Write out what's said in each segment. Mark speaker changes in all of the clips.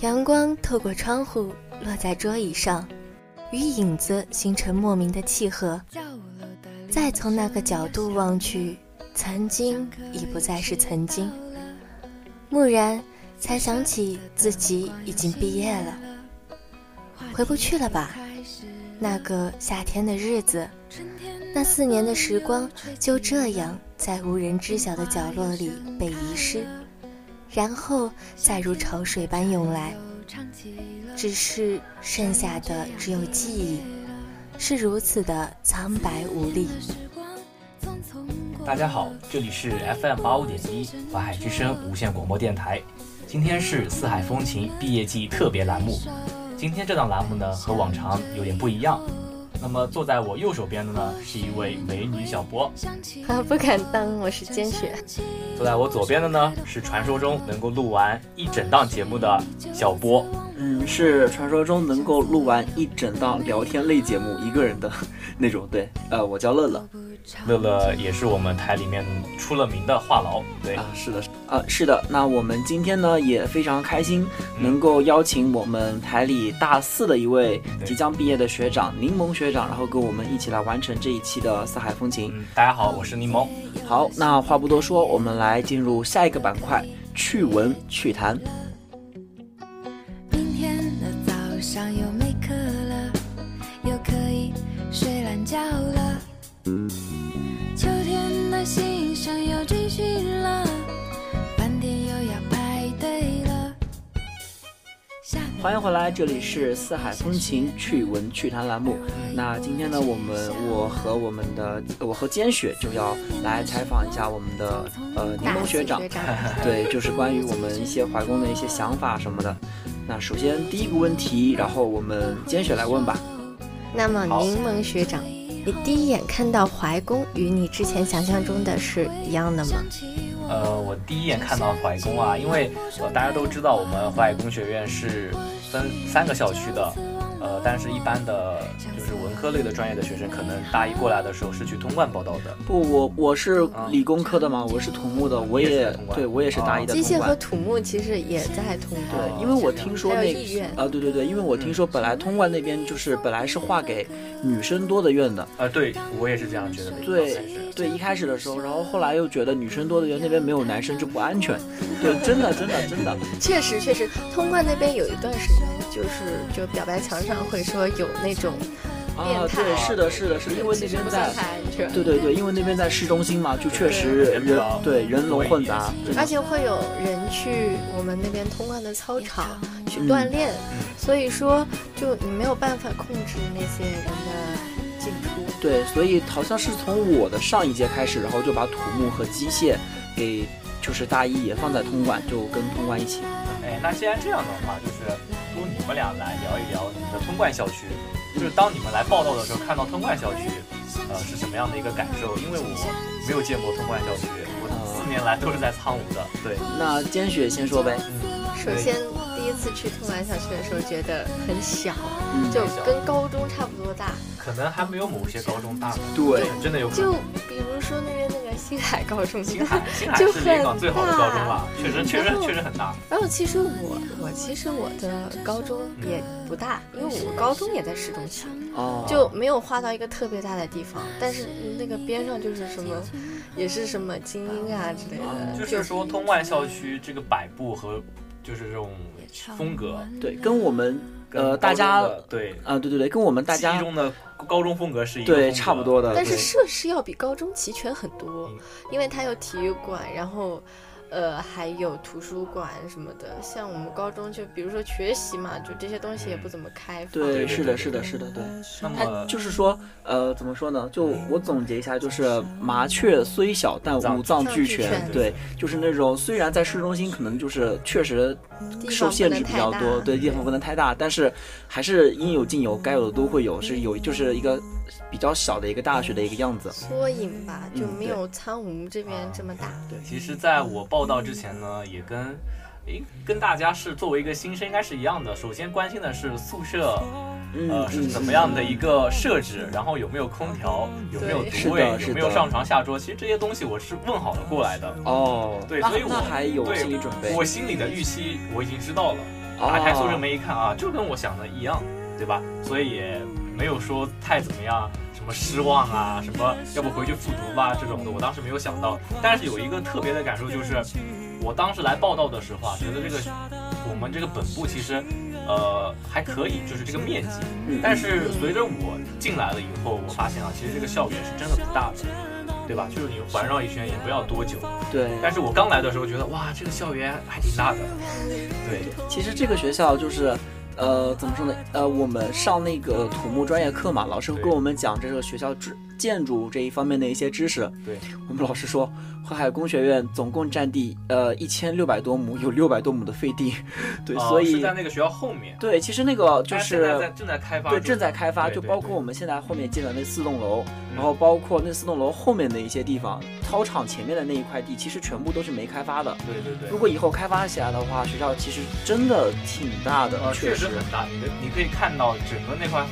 Speaker 1: 阳光透过窗户落在桌椅上，与影子形成莫名的契合。再从那个角度望去，曾经已不再是曾经。蓦然才想起自己已经毕业了，回不去了吧？那个夏天的日子，那四年的时光，就这样在无人知晓的角落里被遗失，然后再如潮水般涌来。只是剩下的只有记忆，是如此的苍白无力。
Speaker 2: 大家好，这里是 FM 八五点一淮海之声无线广播电台。今天是《四海风情》毕业季特别栏目。今天这档栏目呢，和往常有点不一样。那么坐在我右手边的呢，是一位美女小波；
Speaker 1: 啊，不敢当，我是坚雪。
Speaker 2: 坐在我左边的呢，是传说中能够录完一整档节目的小波。
Speaker 3: 嗯，是传说中能够录完一整档聊天类节目一个人的 那种。对，呃，我叫乐乐
Speaker 2: 乐乐也是我们台里面出了名的话痨，对，
Speaker 3: 啊，是的，啊，是的。那我们今天呢也非常开心，能够邀请我们台里大四的一位
Speaker 2: 对
Speaker 3: 即将毕业的学长柠檬学长，然后跟我们一起来完成这一期的四海风情。
Speaker 2: 嗯，大家好，我是柠檬。
Speaker 3: 好，那话不多说，我们来进入下一个板块——趣闻趣谈。
Speaker 4: 明天的早上又没课了，又可以睡懒觉了。秋天的新生又继续了，饭店又要排队了。下面
Speaker 3: 欢迎回来，这里是四海风情趣闻趣谈栏目。
Speaker 1: 嗯
Speaker 3: 那今天呢，我们我和我们的我和坚雪就要来采访一下我们的呃柠檬学长
Speaker 1: 学，长，
Speaker 3: 对，就是关于我们一些怀工的一些想法什么的。那首先第一个问题，然后我们坚雪来问吧。
Speaker 1: 那么
Speaker 2: 好
Speaker 1: 柠檬学长，你第一眼看到怀公，与你之前想象中的是一样的吗？
Speaker 2: 呃，我第一眼看到怀工啊，因为呃大家都知道我们淮海工学院是分三个校区的，呃，但是一般的就是文科类的专业的学生，可能大一过来的时候是去通贯报道的。
Speaker 3: 不，我我是
Speaker 1: 哦
Speaker 2: 啊
Speaker 3: 理工科的嘛，我是土木的，我
Speaker 2: 也是
Speaker 3: 也
Speaker 2: 土木啊
Speaker 3: 对我也是大一的
Speaker 1: 机
Speaker 3: 土
Speaker 1: 械
Speaker 3: 木
Speaker 1: 和呃
Speaker 3: 啊。
Speaker 1: 土木其实也在通过。
Speaker 3: 对，因为我听说
Speaker 1: 还
Speaker 3: 那
Speaker 1: 有意愿
Speaker 3: 啊，对对对，因为我听说本来通贯那边就是本来是划给女生多的院的，
Speaker 2: 呃，对我也是这样觉得的。
Speaker 3: 对
Speaker 2: 当时
Speaker 3: 对，一开始的时候，然后后来又觉得女生多的那边没有男生就不安全，对，真的真的真的，
Speaker 1: 确实，确实，通贯那边有一段时间，就是就表白墙上会说有那种
Speaker 3: 啊，对，是的是的是的，因为那边在，
Speaker 1: 安全
Speaker 3: 对对对，因为那边在市中心嘛，就确实
Speaker 2: 对人比
Speaker 3: 人
Speaker 2: 较
Speaker 3: 对人龙混杂
Speaker 2: 多一，点
Speaker 3: 真
Speaker 1: 而
Speaker 3: 的
Speaker 1: 且会有人去我们那边通贯的操场去锻
Speaker 3: 嗯
Speaker 1: 炼，所以说就你没有办法控制那些人的进出。
Speaker 3: 对，所以好像是从我的上一届开始，然后就把土木和机械给就是大一也放在通管，就跟通管一起。
Speaker 2: 哎，那既然这样的话，就是不如你们俩来聊一聊你们的通贯校区，就是当你们来报道的时候，看到通贯校区，呃，是什么样的一个感受？因为我没有见过通贯校区，我四年来都是在苍梧的。对，
Speaker 3: 那坚雪先说呗，
Speaker 2: 嗯，
Speaker 1: 首先第一次去通贯小区的时候，觉得很小，
Speaker 3: 嗯，
Speaker 1: 就跟高中差不多大。
Speaker 2: 可能还没有某些高中大呢，
Speaker 3: 对，
Speaker 2: 真的有可
Speaker 1: 就
Speaker 2: 能。
Speaker 1: 比如说那边那个星海高中，
Speaker 2: 青海，青海
Speaker 1: 就是
Speaker 2: 连
Speaker 1: 很
Speaker 2: 港最好的高中了，确实，确
Speaker 1: 然
Speaker 2: 实，
Speaker 1: 后
Speaker 2: 确实很大。
Speaker 1: 然后其实我我其实我的高中也不大，因为我高中也在市中心，
Speaker 3: 哦，
Speaker 1: 就没有划到一个特别大的地方，但是那个边上就是什么，也是什么精英啊之类的，
Speaker 2: 哦就是说，通贯校区这个摆布和就是这种风格，
Speaker 3: 对，跟我们
Speaker 2: 跟
Speaker 3: 呃大
Speaker 2: 高
Speaker 3: 家
Speaker 2: 中的对
Speaker 3: 啊，对对对，跟我们大
Speaker 2: 记忆
Speaker 3: 家
Speaker 2: 中的高中风格是一个
Speaker 3: 对
Speaker 2: 风格
Speaker 3: 差不多的，
Speaker 1: 但是
Speaker 3: 对
Speaker 1: 设施要比高中齐全很多
Speaker 2: 嗯，
Speaker 1: 因为它有体育馆，然后，呃，还有图书馆什么的。像我们高中就比如说学习嘛，就这些东西也
Speaker 2: 嗯
Speaker 1: 不怎么开放。
Speaker 2: 啊对
Speaker 3: 对，是的，
Speaker 2: 对
Speaker 3: 是的，是的，对。
Speaker 2: 那
Speaker 3: 它
Speaker 2: 么
Speaker 3: 就是说，呃，怎么说呢？就我总结一下，就是麻雀虽小，但五脏俱
Speaker 1: 五脏
Speaker 3: 全。
Speaker 1: 俱全
Speaker 3: 对，就是那种虽然在市中心，可能就是确实
Speaker 1: 地方
Speaker 3: 受
Speaker 1: 不
Speaker 3: 限
Speaker 1: 能
Speaker 3: 制比
Speaker 1: 太
Speaker 3: 较
Speaker 1: 大
Speaker 3: 多，对，地方不能太大，但是还是应有尽有，该有的都会有，是有就是一个比较小的一个大学的一个样子。
Speaker 2: 嗯
Speaker 1: 缩影吧，就
Speaker 3: 嗯
Speaker 1: 没
Speaker 3: 对
Speaker 1: 有苍梧这边这么大。
Speaker 2: 其实在我报道之前呢，也跟诶跟大家是作为一个新生应该是一样的，首先关心的是宿舍。
Speaker 3: 嗯
Speaker 2: 呃，，是
Speaker 3: 嗯
Speaker 2: 怎么样的一个设置？然后有没有空调？有没有
Speaker 1: 对
Speaker 2: 独卫
Speaker 3: 是的？
Speaker 2: 有没有
Speaker 3: 是的
Speaker 2: 上床下桌？其实这些东西我是问好了过来的。
Speaker 3: 哦，
Speaker 2: 对，
Speaker 3: 那
Speaker 2: 所以我
Speaker 3: 那还有
Speaker 2: 对
Speaker 3: 心理准备
Speaker 2: 我心里的预期我已经知道了。打开
Speaker 3: 哦
Speaker 2: 宿舍门一看啊，就跟我想的一样，对吧？所以也没有说太怎么样，什么失望啊，什么要不回去复读吧这种的，我当时没有想到。但是有一个特别的感受就是，我当时来报道的时候啊，觉得这个我们这个本部其实。呃，还可以，就是这个面积。但是随着我进来了以后，我发现啊，其实这个校园是真的不大的，对吧？就是你环绕一圈也不要多久。
Speaker 3: 哦对。
Speaker 2: 但是我刚来的时候觉得，哇，这个校园还挺大的。对。
Speaker 3: 其实这个学校就是，呃，怎么说呢？呃，我们上那个土木专业课嘛，老师会跟我们讲这个学校知建筑这一方面的一些知识。
Speaker 2: 对。
Speaker 3: 我们老师说。淮海工学院总共占地呃一千六百多亩，有六百多亩的废地，对，
Speaker 2: 哦、
Speaker 3: 所以
Speaker 2: 是在那个学校后面。
Speaker 3: 对，其实那个就是
Speaker 2: 正在开发，
Speaker 3: 对，正在开发，
Speaker 2: 对对对嗯
Speaker 3: 就包括我们现在后面建的那四栋楼，然后包括那四栋楼后面的一些地方，操场前面的那一块地，其实全部都是没开发的。
Speaker 2: 对对对。
Speaker 3: 如果以后开发起来的话，学校其实真的挺大的，
Speaker 2: 呃、
Speaker 3: 确
Speaker 2: 实很大。你的你可以看到整个那块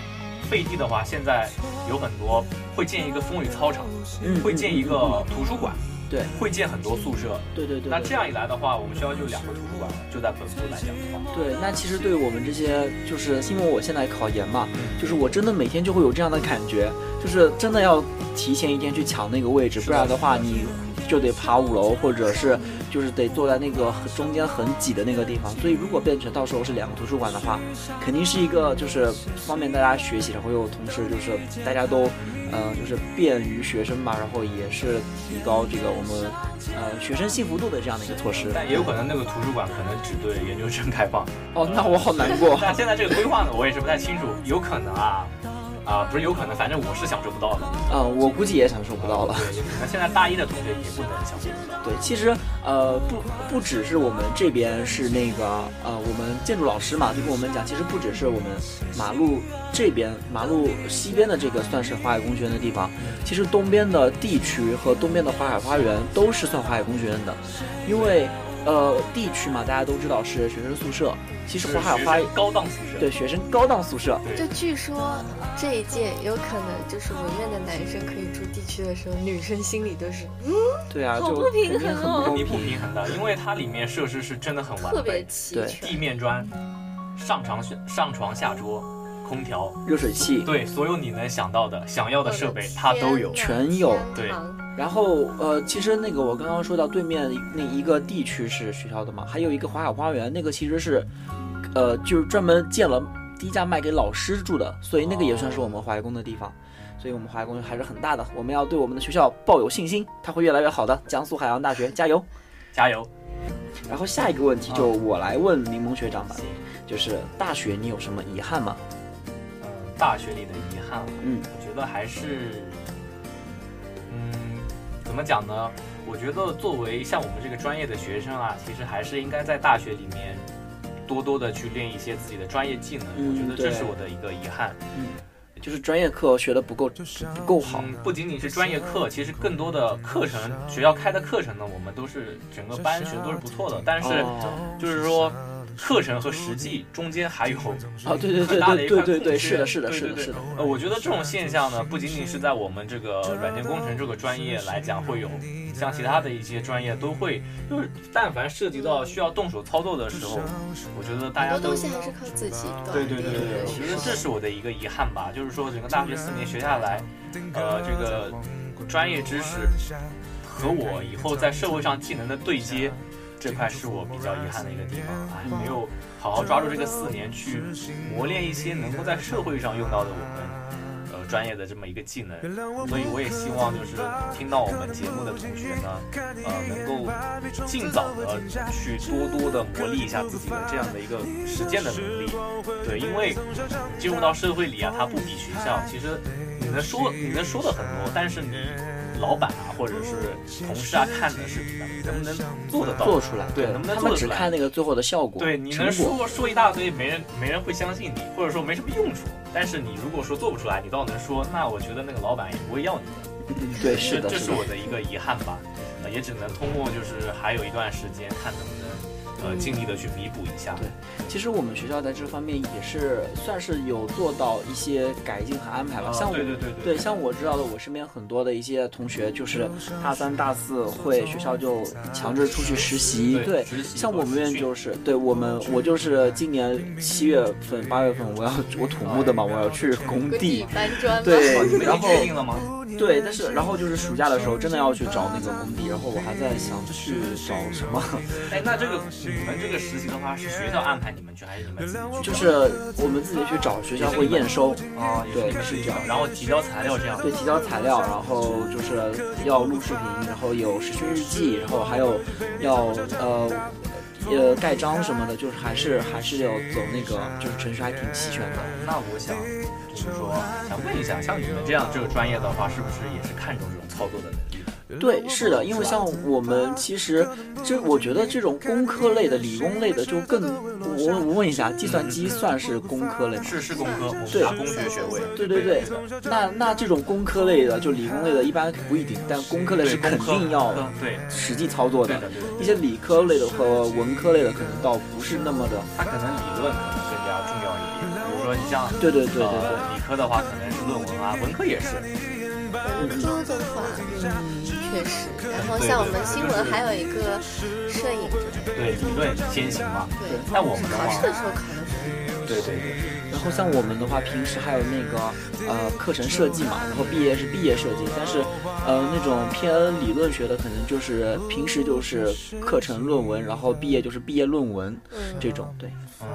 Speaker 2: 废地的话，现在有很多会建一个风雨操场，
Speaker 3: 嗯、
Speaker 2: 会建一个图书馆。
Speaker 3: 对，
Speaker 2: 会建很多宿舍。
Speaker 3: 对对,对对对。
Speaker 2: 那这样一来的话，我们学校就两个图书馆，就在本部来讲的话。
Speaker 3: 对，那其实对我们这些，就是因为我现在考研嘛，就是我真的每天就会有这样的感觉，就是真的要提前一天去抢那个位置，不然的话你就得爬五楼，或者是就是得坐在那个中间很挤的那个地方。所以如果变成到时候是两个图书馆的话，肯定是一个就是方便大家学习，然后又同时就是大家都。呃，就是便于学生吧，然后也是提高这个我们呃学生幸福度的这样的一个措施。
Speaker 2: 但也有可能那个图书馆可能只对研究生开放。
Speaker 3: 哦，那我好难过。
Speaker 2: 但现在这个规划呢，我也是不太清楚，有可能啊，啊、呃、不是有可能，反正我是享受不到的。
Speaker 3: 啊、呃，我估计也享受不到了。
Speaker 2: 对，可能现在大一的同学也不能享受得到。
Speaker 3: 对，其实呃不不只是我们这边是那个呃我们建筑老师嘛就跟我们讲，其实不只是我们马路这边马路西边的这个算是华海工学院的地方，其实东边的地区和东边的华海花园都是算华海工学院的，因为呃地区嘛大家都知道是学生宿舍，其实华海花
Speaker 2: 高档宿舍
Speaker 3: 对学生高档宿舍，
Speaker 1: 就据说这一届有可能就是文院的男生可以住地区的时候，女生心里都是嗯。
Speaker 3: 对啊，
Speaker 1: 好
Speaker 3: 就
Speaker 1: 不平
Speaker 3: 衡
Speaker 1: 哦，
Speaker 3: 肯
Speaker 2: 定不平衡的，因为它里面设施是真的很完
Speaker 1: 特
Speaker 2: 备
Speaker 1: 别，齐
Speaker 3: 对
Speaker 1: 全。
Speaker 2: 地面砖、上床上床下桌、空调，
Speaker 3: 热水器
Speaker 2: 对所有你能想到的、想要的设备
Speaker 1: 我的
Speaker 2: 它都有
Speaker 1: 天。
Speaker 3: 全有
Speaker 2: 对
Speaker 1: 天堂
Speaker 3: 然后呃，其实那个我刚刚说到对面那一个地区是学校的嘛，还有一个华海花园，那个其实是，呃，就是专门建了低价卖给老师住的，所以那个也算是我们华海工的地方。所以我们华海工还是很大的，我们要对我们的学校抱有信心，它会越来越好的。江苏海洋大学加油！
Speaker 2: 加油！
Speaker 3: 然后下一个问题就我来问柠檬学长吧，就是大学你有什么遗憾吗？
Speaker 2: 嗯，大学里的遗憾，
Speaker 3: 嗯，
Speaker 2: 我觉得还是，嗯，怎么讲呢？我觉得作为像我们这个专业的学生啊，其实还是应该在大学里面多多的去练一些自己的专业技能。
Speaker 3: 嗯
Speaker 2: 我觉得这
Speaker 3: 对
Speaker 2: 是我的一个遗憾。
Speaker 3: 就是专业课学的不够不够好，
Speaker 2: 嗯，不仅仅是专业
Speaker 3: 嗯
Speaker 2: 课，其实更多的课程，学校开的课程呢，我们都是整个班学的都是不错的，但是
Speaker 3: 哦
Speaker 2: 就是说。课程和实际中间还有
Speaker 3: 啊，对对
Speaker 2: 很
Speaker 3: 对
Speaker 2: 大的
Speaker 3: 对
Speaker 2: 一块
Speaker 3: 对对
Speaker 2: 空缺
Speaker 3: 对，是的，是的，
Speaker 2: 对
Speaker 3: 是
Speaker 2: 对
Speaker 3: 的，
Speaker 2: 对
Speaker 3: 是的，
Speaker 2: 呃，我觉得这种现象呢，不仅仅是在我们这个软件工程这个专业来讲会有，像其他的一些专业都会，就是但凡涉及到需要动手操作的时候，我觉得大
Speaker 1: 很
Speaker 2: 家
Speaker 1: 多
Speaker 2: 都
Speaker 1: 东西还是靠自己锻
Speaker 2: 对
Speaker 1: 炼。
Speaker 2: 对对对对，其实这是我的一个遗憾吧，就是说整个大学四年学下来，呃，这个专业知识和我以后在社会上技能的对接，这块是我比较遗憾的一个地方，哎，没有好好抓住这个四年去磨练一些能够在社会上用到的我们呃专业的这么一个技能，所以我也希望就是听到我们节目的同学呢，呃，能够尽早的去多多的磨砺一下自己的这样的一个实践的能力，对，因为进入到社会里啊，它不比学校，其实你能说你能说的很多，但是你老板啊或者是同事啊看的是你能不能做得到，
Speaker 3: 做出来，
Speaker 2: 对，能不能
Speaker 3: 他
Speaker 2: 做
Speaker 3: 们
Speaker 2: 得
Speaker 3: 只
Speaker 2: 出来
Speaker 3: 看那个最后的效果，
Speaker 2: 对，你
Speaker 3: 成
Speaker 2: 能
Speaker 3: 果，
Speaker 2: 说说一大堆，没人没人会相信你，或者说没什么用处。但是你如果说做不出来，你倒能说，那我觉得那个老板也不会要你的。
Speaker 3: 嗯对，是
Speaker 2: 这
Speaker 3: 的，
Speaker 2: 这
Speaker 3: 是
Speaker 2: 是
Speaker 3: 的
Speaker 2: 我，的一个遗憾吧，呃也只能通过就是还有一段时间看能不能呃，尽力的去弥补一下。
Speaker 3: 对，其实我们学校在这方面也是算是有做到一些改进和安排吧。
Speaker 2: 啊
Speaker 3: 像我
Speaker 2: 对对对对
Speaker 3: 对，像我知道的，我身边很多的一些同学，就是大三、大四会学校就强制出去实习。
Speaker 2: 对
Speaker 3: 对
Speaker 2: 实，习
Speaker 3: 像
Speaker 2: 和
Speaker 3: 我们
Speaker 2: 实
Speaker 3: 院
Speaker 2: 训
Speaker 3: 就是，对我们我就是今年七月份、八月份我要我土木的嘛，我要去工
Speaker 1: 工地
Speaker 3: 地。
Speaker 1: 搬砖吗？
Speaker 3: 对
Speaker 2: 哦你们，已
Speaker 3: 然
Speaker 2: 经
Speaker 3: 后
Speaker 2: 确定了吗？
Speaker 3: 对，但是然后就是暑假的时候真的要去找那个工地，然后我还在想去找什么。
Speaker 2: 哎，那这个你们这个实习的话，是学校安排你们去，还是你们自己去找？
Speaker 3: 就是我们自己去找学校会验收，
Speaker 2: 啊，也是
Speaker 3: 对
Speaker 2: 你们自
Speaker 3: 是
Speaker 2: 己
Speaker 3: 这样
Speaker 2: 找，然后提交材料这样。
Speaker 3: 对，提交材料，然后就是要录视频，然后有实训日记，然后还有要呃呃盖章什么的，就是还是还是要走那个，就是程序还挺齐全的。
Speaker 2: 那我想就是说，想问一下，像你们这样这个专业的话，是不是也是看重这种操作的能力的？
Speaker 3: 对，是的，因为像我们其实这，我觉得这种工科类的、理工类的就更，我我问一下，计算机算是工科类吗？
Speaker 2: 是是工科，我们
Speaker 3: 对
Speaker 2: 拿工学学位。
Speaker 3: 对对对，那那这种工科类的，就理工类的，一般不一定，但工科类是
Speaker 2: 工
Speaker 3: 肯
Speaker 2: 科
Speaker 3: 定要
Speaker 2: 嗯对，
Speaker 3: 实际操作
Speaker 2: 对
Speaker 3: 的
Speaker 2: 的对的。
Speaker 3: 一些理科类的和文科类的可能倒不是那么的。
Speaker 2: 它可能理论可能更加重要一点。比如说你像
Speaker 3: 对对对对对，
Speaker 2: 呃理科的话，可能是论文啊，文科也是。
Speaker 1: 文科的话，嗯，确实。然后像我们新闻还有一个摄影，
Speaker 2: 对，理论先行嘛。
Speaker 1: 对，
Speaker 2: 那我们的
Speaker 1: 考试的
Speaker 2: 话，
Speaker 1: 时候考的是
Speaker 2: 对对对，
Speaker 3: 然后像我们的话，平时还有那个呃课程设计嘛，然后毕业是毕业设计，但是呃那种偏理论学的，可能就是平时就是课程论文，然后毕业就是毕业论文这种。对，
Speaker 2: 嗯。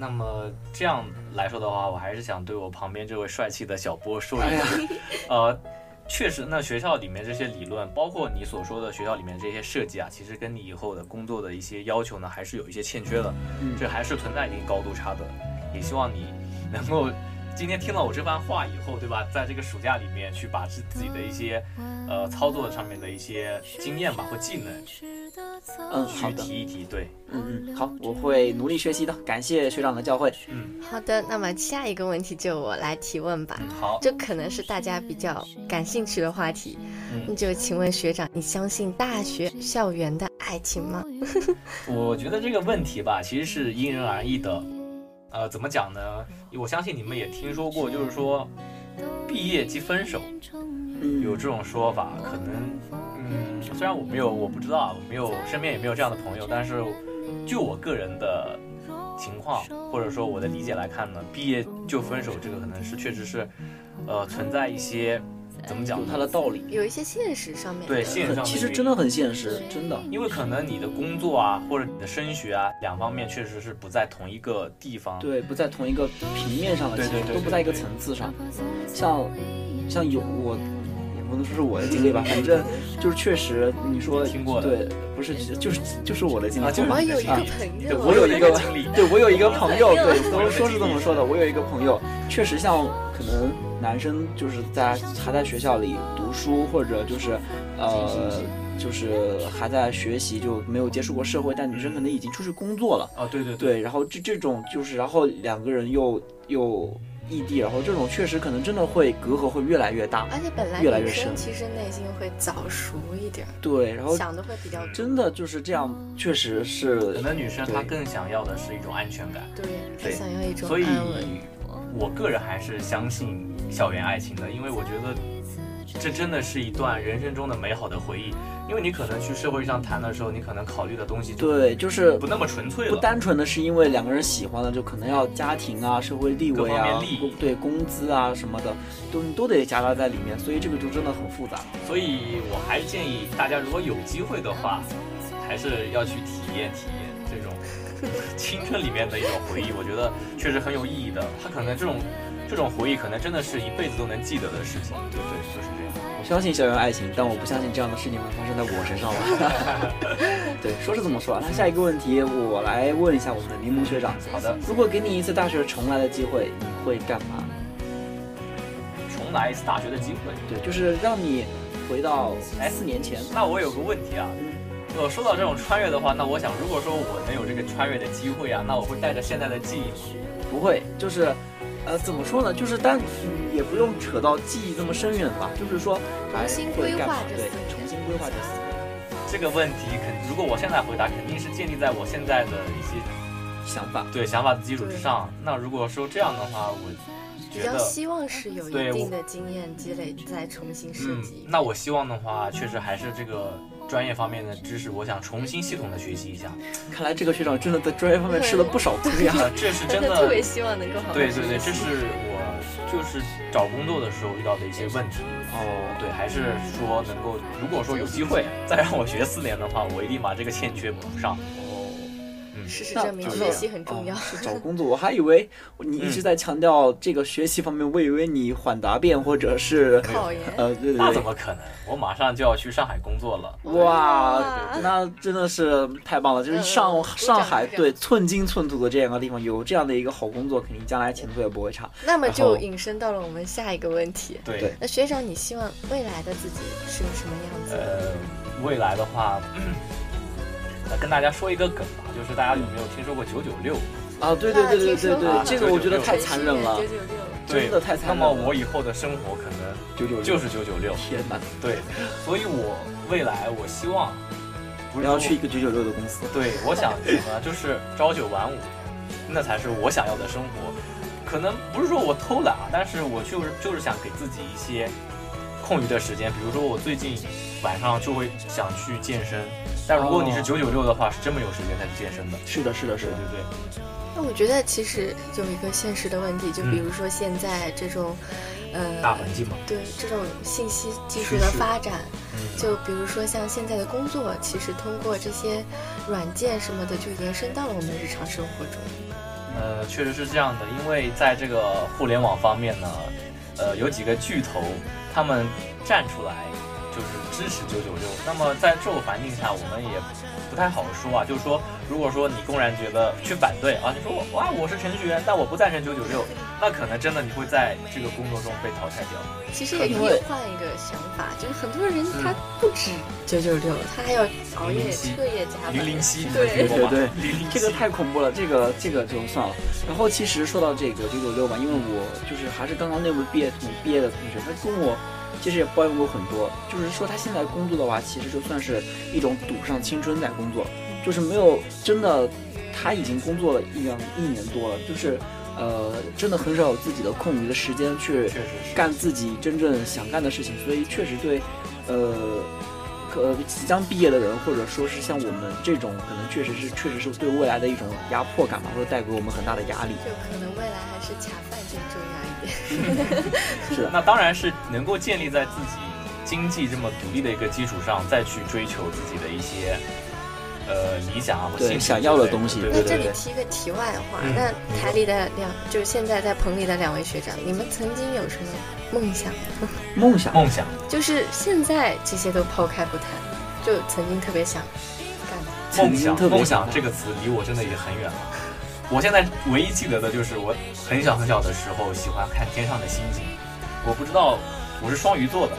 Speaker 2: 那么这样来说的话，我还是想对我旁边这位帅气的小波说一
Speaker 3: 哎
Speaker 2: 句
Speaker 3: 呀，
Speaker 2: 呃，确实，那学校里面这些理论，包括你所说的学校里面这些设计啊，其实跟你以后的工作的一些要求呢，还是有一些欠缺的，
Speaker 3: 嗯
Speaker 2: 这还是存在一定高度差的。也希望你能够今天听了我这番话以后，对吧，在这个暑假里面去把自自己的一些呃操作上面的一些经验吧或技能
Speaker 3: 嗯，好
Speaker 2: 去
Speaker 3: 的，
Speaker 2: 提一提，对，
Speaker 3: 嗯嗯，好，我会努力学习的，感谢学长的教诲。
Speaker 2: 嗯，
Speaker 1: 嗯。好的，那么下一个问题就我来提问吧。
Speaker 2: 嗯好，
Speaker 1: 这可能是大家比较感兴趣的话题，那
Speaker 2: 嗯，
Speaker 1: 就请问学长，你相信大学校园的爱情吗？
Speaker 2: 我觉得这个问题吧，其实是因人而异的。呃，怎么讲呢？我相信你们也听说过，就是说毕业即分手，
Speaker 3: 嗯，
Speaker 2: 有这种说法，可能，嗯，虽然我没有，我不知道啊，我没有身边也没有这样的朋友，但是就我个人的情况或者说我的理解来看呢，毕业就分手这个可能是确实是，呃，存在一些怎么讲
Speaker 3: 有
Speaker 2: 呢
Speaker 3: 它的道理，
Speaker 1: 有一些现实上面的
Speaker 2: 对现实上
Speaker 3: 很其实
Speaker 2: 原因
Speaker 3: 真的很现实，真的。
Speaker 2: 因为可能你的工作啊或者你的升学啊两方面确实是不在同一个地方，
Speaker 3: 对，不在同一个平面上的，
Speaker 2: 啊对
Speaker 3: 其
Speaker 2: 对
Speaker 3: 实
Speaker 2: 对
Speaker 3: 都不在一个层次上。像像有我，也不能说是我的经历吧，反正就是确实你说
Speaker 2: 你听过的
Speaker 3: 对，不是就是就是我的经历。
Speaker 2: 啊就是
Speaker 1: 我
Speaker 2: 你
Speaker 1: 有
Speaker 2: 的
Speaker 1: 一个
Speaker 2: 经历
Speaker 1: 朋
Speaker 2: 对
Speaker 1: 友，
Speaker 3: 我有一个
Speaker 2: 经历，
Speaker 3: 对我有一个朋友，对，
Speaker 2: 我有
Speaker 3: 都说是这
Speaker 2: 经
Speaker 3: 么
Speaker 2: 历
Speaker 3: 说的。我有一个朋友，确实像可能男生就是在还在学校里读书，或者就是呃。就是还在学习，就没有接触过社会，但女生可能已经出去工作了，
Speaker 2: 哦，对对对，
Speaker 3: 对，然后这这种就是，然后两个人又又异地，然后这种确实可能真的会隔阂会越来越大。
Speaker 1: 而且本来
Speaker 3: 越来越
Speaker 1: 女生
Speaker 3: 深
Speaker 1: 其实内心会早熟一点儿，
Speaker 3: 对，然后
Speaker 1: 想的会比较
Speaker 3: 真的就是这样，确实是
Speaker 2: 可能女生她
Speaker 3: 对
Speaker 2: 更想要的是一种安全感。
Speaker 1: 对，她
Speaker 2: 对
Speaker 1: 想要一种
Speaker 2: 所以
Speaker 1: 安稳。，
Speaker 2: 我个人还是相信校园爱情的，因为我觉得这真的是一段人生中的美好的回忆。因为你可能去社会上谈的时候，你可能考虑的东西就
Speaker 3: 对，就是
Speaker 2: 不那么纯粹
Speaker 3: 不
Speaker 2: 了。
Speaker 3: 单纯的是因为两个人喜欢了，就可能要家庭啊、社会地位
Speaker 2: 各方面
Speaker 3: 啊
Speaker 2: 利益、
Speaker 3: 工对工资啊什么的，都你都得夹杂在里面，所以这个就真的很复杂。
Speaker 2: 所以我还建议大家，如果有机会的话，还是要去体验体验这种 青春里面的一种回忆。我觉得确实很有意义的。它可能这种这种回忆，可能真的是一辈子都能记得的事情。对对，就是这样。
Speaker 3: 我相信校园爱情，但我不相信这样的事情会发生在我身上吧。 对，说是这么说啊，那下一个问题我来问一下我们的柠檬学长。
Speaker 2: 好的，
Speaker 3: 如果给你一次大学重来的机会，你会干嘛？
Speaker 2: 重来一次大学的机会。
Speaker 3: 对，就是让你回到四年前。嗯
Speaker 2: 那我有个问题啊，呃，说到这种穿越的话，那我想，如果说我能有这个穿越的机会啊，那我会带着现在的记忆吗，
Speaker 3: 不会，就是，呃，怎么说呢？就是，但嗯也不用扯到记忆那么深远吧。就是说，
Speaker 1: 重新
Speaker 3: 哎会干嘛
Speaker 1: 规划这
Speaker 3: 对
Speaker 1: 四年，
Speaker 3: 重新规划这四年。
Speaker 2: 这个问题肯，如果我现在回答，肯定是建立在我现在的一些
Speaker 3: 想法，
Speaker 2: 对想法的基础之上。那如果说这样的话，我
Speaker 1: 比
Speaker 2: 觉
Speaker 1: 较
Speaker 2: 得，
Speaker 1: 希望是有
Speaker 2: 对
Speaker 1: 一
Speaker 2: 我
Speaker 1: 定的经验积累，再重新设
Speaker 2: 嗯
Speaker 1: 计。，
Speaker 2: 那我希望的话，确实还是这个专业方面的知识，我想重新系统的学习一下。
Speaker 3: 看来这个学长真的在专业方面吃了不少苦呀。
Speaker 2: 啊，这是真 的，
Speaker 1: 特别希望能够好好
Speaker 2: 对对对，
Speaker 1: 学习
Speaker 2: 这是我就是找工作的时候遇到的一些问题。
Speaker 3: 哦，
Speaker 2: 对，还是说能够，如果说有机会再让我学四年的话，我一定把这个欠缺补上。嗯，
Speaker 1: 事实
Speaker 3: 那
Speaker 1: 证明
Speaker 3: 就是
Speaker 1: 学习很重要
Speaker 3: 哦。是找工作，我还以为你
Speaker 2: 嗯
Speaker 3: 一直在强调这个学习方面，我以为你缓答辩或 者是
Speaker 1: 考研
Speaker 3: 呃，对对
Speaker 2: 那
Speaker 3: 对
Speaker 2: 怎。么可能？我马上就要去上海工作了。
Speaker 3: 哇
Speaker 1: 哇，
Speaker 3: 那真的是太棒了！就是
Speaker 1: 嗯
Speaker 3: 上、
Speaker 1: 鼓掌
Speaker 3: 上海
Speaker 1: 鼓掌
Speaker 3: 对寸金寸土的这样一个地方，有这样的一个好工作，肯定将来前途也不会差。
Speaker 1: 那么
Speaker 3: 然后
Speaker 1: 就引申到了我们下一个问题。
Speaker 2: 对，
Speaker 3: 对
Speaker 1: 那学长，你希望未来的自己是个什么样子？
Speaker 2: 呃，未来的话， 呃跟大家说一个梗吧，就是大家有没有听说过九九六？
Speaker 3: 啊，对对对对对对，
Speaker 2: 啊
Speaker 3: 这个我觉得
Speaker 2: 996
Speaker 3: 太残忍了
Speaker 1: 九，九六，
Speaker 2: 对
Speaker 3: 真的太残
Speaker 2: 那么
Speaker 3: 忍了。
Speaker 2: 我以后的生活可能
Speaker 3: 九九
Speaker 2: 就是九九六。
Speaker 3: 天哪，
Speaker 2: 对，所以我未来我希望不
Speaker 3: 我
Speaker 2: 是
Speaker 3: 要
Speaker 2: 说
Speaker 3: 去一个九九六的公司。
Speaker 2: 对，我想什么？ 就是朝九晚五，那才是我想要的生活。可能不是说我偷懒啊，但是我就是就是想给自己一些空余的时间。比如说我最近晚上就会想去健身，但如果你是
Speaker 3: 哦
Speaker 2: 九九六的话，是真没有时间再去健身的。
Speaker 3: 是的，是的，是
Speaker 2: 对
Speaker 3: 的。
Speaker 2: 对对，
Speaker 1: 那我觉得其实有一个现实的问题，就
Speaker 2: 嗯
Speaker 1: 比如说现在这种，呃，
Speaker 2: 大环境嘛，
Speaker 1: 对这种信息技术的
Speaker 3: 趋势
Speaker 1: 发展，
Speaker 2: 嗯，
Speaker 1: 就比如说像现在的工作，其实通过这些软件什么的，就延伸到了我们日常生活中。
Speaker 2: 呃，确实是这样的，因为在这个互联网方面呢，呃，有几个巨头他们站出来就是支持九九六。那么在这种环境下，我们也不太好说啊。就是说，如果说你公然觉得去反对啊，你说我哇我是程序员，但我不赞成九九六，那可能真的你会在这个工作中被淘汰掉。
Speaker 1: 其实也可
Speaker 3: 因
Speaker 1: 以
Speaker 3: 为
Speaker 1: 换一个想法，就是很多人他不止九九六，他还要熬夜、
Speaker 2: 007
Speaker 1: 彻夜加班。
Speaker 2: 零零七，你们
Speaker 1: 对
Speaker 2: 听过吗？
Speaker 3: 对
Speaker 2: 零零
Speaker 3: 这个太恐怖了，这个这个就算了。然后其实说到这个九九六嘛，因为我就是还是刚刚那位毕业同毕业的同学，他跟我其实也抱怨过很多，就是说他现在工作的话，其实就算是一种赌上青春在工作，就是没有真的，他已经工作了一年一年多了，就是呃真的很少有自己的空余的时间去
Speaker 2: 确实是。
Speaker 3: 干自己真正想干的事情，所以确实对，呃，可呃即将毕业的人，或者说是像我们这种，可能确实是确实是对未来的一种压迫感吧，或者带给我们很大的压力。
Speaker 1: 就可能未来还是恰饭更重要一点。
Speaker 3: 是的，
Speaker 2: 那当然是能够建立在自己经济这么独立的一个基础上，再去追求自己的一些呃理想啊或
Speaker 3: 对
Speaker 2: 兴趣
Speaker 3: 想要
Speaker 2: 之
Speaker 3: 的
Speaker 2: 类
Speaker 3: 东西
Speaker 2: 对
Speaker 1: 那
Speaker 2: 对
Speaker 1: 这
Speaker 2: 对
Speaker 1: 里
Speaker 2: 对。
Speaker 1: 提一个题外话，
Speaker 2: 嗯
Speaker 1: 那台里的两，就是现在在棚里的两位学长，你们曾经有什么梦想吗？
Speaker 3: 梦想，
Speaker 2: 梦想，
Speaker 1: 就是现在这些都抛开不谈，就曾经特别想干嘛。
Speaker 2: 梦
Speaker 3: 曾经特
Speaker 2: 想，
Speaker 3: 别
Speaker 2: 梦
Speaker 3: 想
Speaker 2: 想这个词离我真的也很远了。我现在唯一记得的就是我很小很小的时候喜欢看天上的星星。我不知道我是双鱼座的，